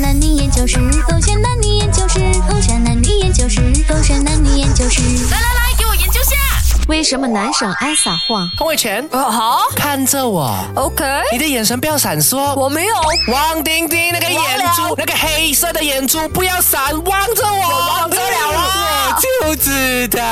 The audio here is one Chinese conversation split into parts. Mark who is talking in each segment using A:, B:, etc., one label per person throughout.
A: 男女研究室，狗血男女研究室，狗血男女研究室，狗血男女研究室。
B: 来来来，给我研究下。
C: 为什么男生爱撒谎？
D: 洪伟全，
B: 哦好
D: 看着我，
B: ，OK，
D: 你的眼神不要闪烁。
B: 我没有。
D: 汪丁丁那个眼
B: 忘
D: 珠
B: 了，
D: 那个黑色的眼珠不要闪，望着我，
B: 我望着了啦啊
D: 我就知道。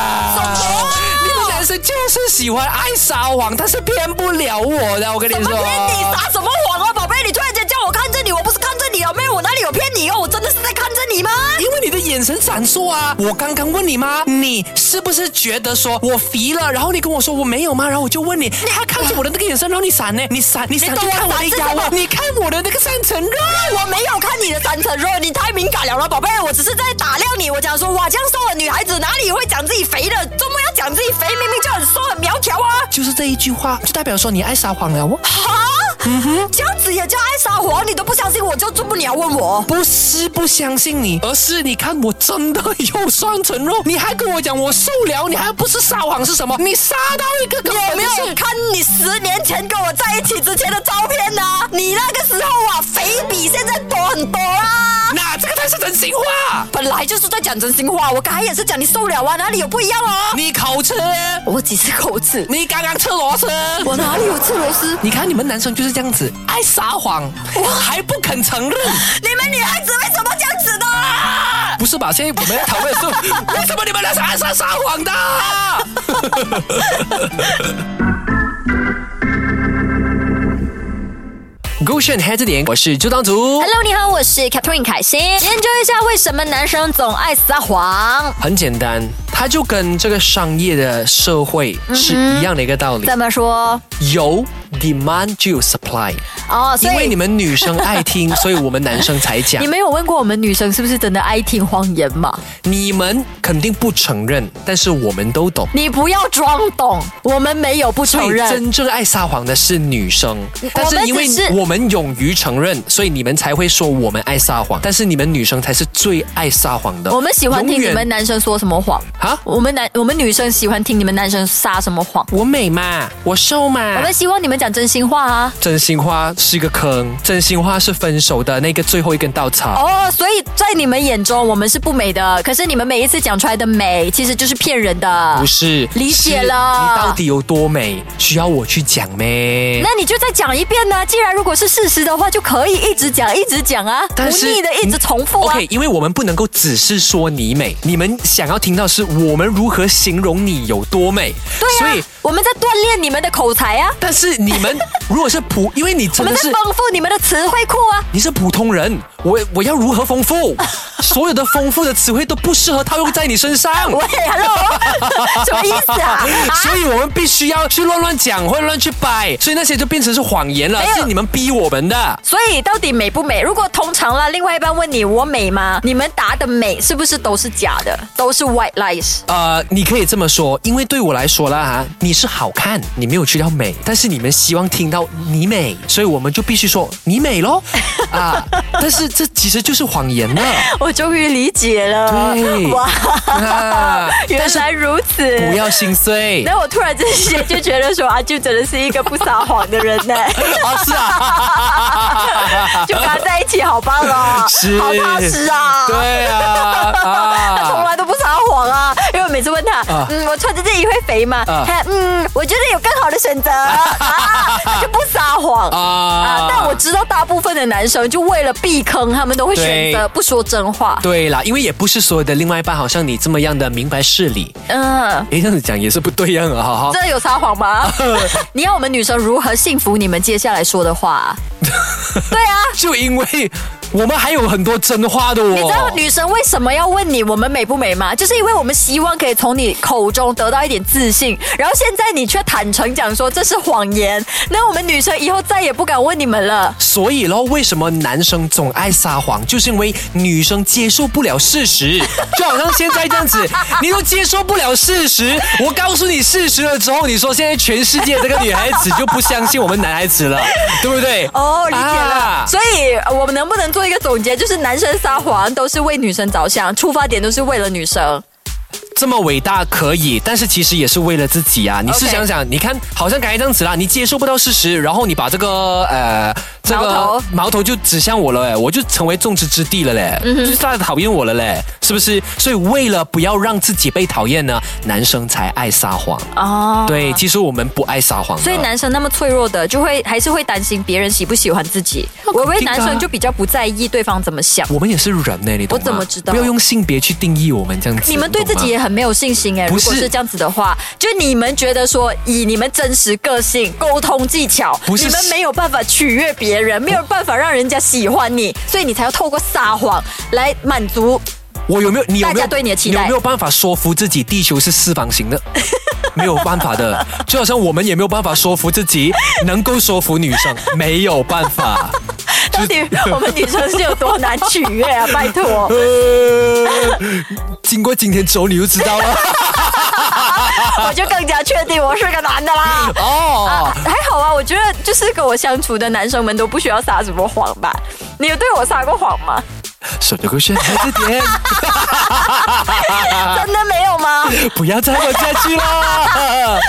D: 你们男生就是喜欢爱撒谎，但是骗不了我的，我跟你
B: 什
D: 说。
B: 么骗你撒什么谎啊，宝贝？你突然间叫我看着你，我不是看着你啊，妹，我哪里有骗你哦？我真的是在看着你吗？
D: 因为你的眼神闪烁啊！我刚刚问你吗？你是不是觉得说我肥了？然后你跟我说我没有吗？然后我就问你，你还看着我的那个眼神，然后你闪呢？你闪，你闪
B: 你
D: 就
B: 懂我
D: 看我的
B: 闪是
D: 腰
B: 什
D: 啊
B: 么！
D: 你看我的那个三层肉。
B: 我没有看你的三层肉，你太敏感了了，宝贝，我只是在打量你。我讲说，哇，这样瘦的女孩子哪里会讲自己肥的？周末要讲自己肥，明明就很瘦很苗条啊！
D: 就是这一句话，就代表说你爱撒谎了哦。
B: 哈，这样子也叫爱撒谎？你都不相信我，就这么你要问我？
D: 不是不相信你，而是你看我真的有双层肉，你还跟我讲我瘦了，你还不是撒谎是什么？你撒到一个根
B: 有
D: 本
B: 没
D: 不是
B: 有看你十年前跟我在一起之前的照片呢、你那个时候啊，肥比现在多很多啊！
D: 那这个才是真心话，
B: 本来就是在讲真心话，我刚才也是讲你瘦了啊，哪里有不一样哦？
D: 你口吃，
B: 我几次口齿，
D: 你刚刚吃螺丝，
B: 我哪里有吃螺丝？
D: 你看你们男生就是这样子，爱撒谎，还不肯 承认。啊
B: 你们女孩子为什么这样子的？
D: 不是吧？现在我们要讨 论的是为什么你们男生爱撒撒谎的？ 勾选黑字点，我是朱当竹。
C: Hello，你好，我是 Catherine 凯欣，研究一下为什么男生总爱撒谎。
D: 很简单，它就跟这个商业的社会是一样的一个道理，
C: 怎么说？
D: 有 demand 就有 supply。
C: 哦，
D: 因
C: 所
D: 为
C: 以
D: 你们女生 爱听，所以我们男生才讲
C: 你。没有问过我们女生是不是真的爱听谎言吗？
D: 你们肯定不承认，但是我们都懂。
C: 你不要装懂，我们没有不承
D: 所以
C: 认。
D: 真正爱撒谎的是女生，但是因为
C: 只是
D: 我们勇于承认，所以你们才会说我们爱撒谎。但是你们女生才是最爱撒谎的。
C: 我们喜欢听
D: 永
C: 你
D: 远
C: 们男生说什么谎
D: 啊
C: 我们男我们女生喜欢听你们男生撒什么谎。
D: 我美嘛，我瘦嘛。
C: 我们希望你们讲真心话啊！
D: 真心话是一个坑，真心话是分手的那个最后一根稻草。
C: 哦、所以在你们眼中我们是不美的，可是你们每一次讲出来的美，其实就是骗人的。
D: 不是，
C: 理解
D: 是
C: 了
D: 你到底有多美，需要我去讲咩？
C: 那你就再讲一遍呢、既然如果是事实的话，就可以一直讲，一直讲啊，不
D: 但是嗯
C: 腻的一直重复啊。
D: OK，因为我们不能够只是说你美，你们想要听到是我们如何形容你有多美。
C: 对
D: 所
C: 呀、
D: 以
C: 啊，我们在锻炼你们的口才啊，
D: 但是你们如果是 普，因为你
C: 我
D: 真
C: 们
D: 的
C: 在
D: 是
C: 丰富你们的词汇库啊。
D: 你是普通人，我我要如何丰富？所有的丰富的词汇都不适合套用在你 身上。
C: 喂，hello，什 么意思 啊？啊
D: 所以我们必须要去乱乱讲，或者乱去掰，所以那些就变成是谎言了
C: 没，有
D: 是你们逼我们的。
C: 所以到底美不美？如果通常啦，另外一半问你我美吗？你们答的美是不是都是假的？都是 white lies。
D: 呃，你可以这么说，因为对我来说啦哈，你是好看，你没有去到美，但是你们希望听到你美，所以我们就必须说你美 咯。啊。但是这其实就是谎言了，
C: 我终于理解了，
D: 对，
C: 哇，
D: 啊
C: 原来如此。
D: 不要心碎。
C: 那我突然之间就觉得说，阿舅真的是一个不撒谎的人 呢、
D: 啊，是啊，
C: 就跟他在一起好棒哦，
D: 是
C: 好踏实啊。
D: 对啊，
C: 他从
D: 啊，
C: 来都不撒谎啊，因为我每次问他，
D: 啊
C: 嗯，我穿着这里会肥吗？
D: 啊
C: 他嗯，我觉得有更好的选择 啊，他就不撒谎啊
D: 啊
C: 但我知道大部分的男生就为了避坑，他们都会选择
D: 对
C: 不说真话。
D: 对啦，因为也不是所有的另外一半好像你这么样的明白事理，
C: 嗯，
D: 诶，这样子讲也是不对样啊，哈哈。
C: 这有撒谎 吗？ 你要我们女生如何信服你们接下来说的话、 对啊。
D: 就因为我们还有很多真话的哦。
C: 你知道女生为什么要问你我们美不美吗？就是因为我们希望可以从你口中得到一点自信，然后现在你却坦诚讲说这是谎言，那我们女生以后再也不敢问你们了。
D: 所以咯，为什么男生总爱撒谎，就是因为女生接受不了事实， 就好像现在这样子，你都接受不了事实。我告诉你事实了之后，你说现在全世界这个女孩子就不相信我们男孩子了，对不对？
C: 哦，理解了。
D: 啊
C: 所以呃我们能不能做一个总结，就是男生撒谎都是为女生着想，出发点都是为了女生。
D: 这么伟大可以，但是其实也是为了自己啊。你
C: OK
D: 是想想你看，好像改这样子啦，你接受不到事实，然后你把这个呃这
C: 矛
D: 个
C: 头
D: 矛头就指向我了，哎，我就成为众矢之的了嘞，
C: 嗯
D: 就是大家讨厌我了嘞，是不是？所以为了不要让自己被讨厌呢，男生才爱撒谎。
C: 哦，
D: 对，其实我们不爱撒谎的，啊
C: 所以男生那么脆弱的，就会还是会担心别人喜不喜欢自己。我以为男生就比较不在意对方怎么想。
D: 我们也是人呢，你懂
C: 我
D: 吗？
C: 怎么知道
D: 不要用性别去定义我们这样子。
C: 你们对自己
D: 懂
C: 也
D: 吗
C: 很没有信心哎、
D: 不
C: 如
D: 是
C: 果是这样子的话，就你们觉得说，以你们真实个性、沟通技巧，
D: 不是
C: 你们没有办法取悦别人，没有办法让人家喜欢你，所以你才要透过撒谎来满足。
D: 我有没有你有没
C: 大
D: 有
C: 家对你的期待
D: 有没有办法说服自己地球是四方形的？ 没有办法的，就好像我们也没有办法说服自己能够说服女 生，没有办法。
C: 到底我们女生是有多难取悦 啊？拜托。
D: 呃，经过今天之后你就知道 了。
C: 我就更加确定我是个男的啦。
D: 哦，
C: 还好啊，我觉得就是跟我相处的男生们都不需要撒什么谎吧？你有对我撒过谎吗？
D: 手头够炫，孩子点，啊
C: 真的没有吗？
D: 不要再问下去了。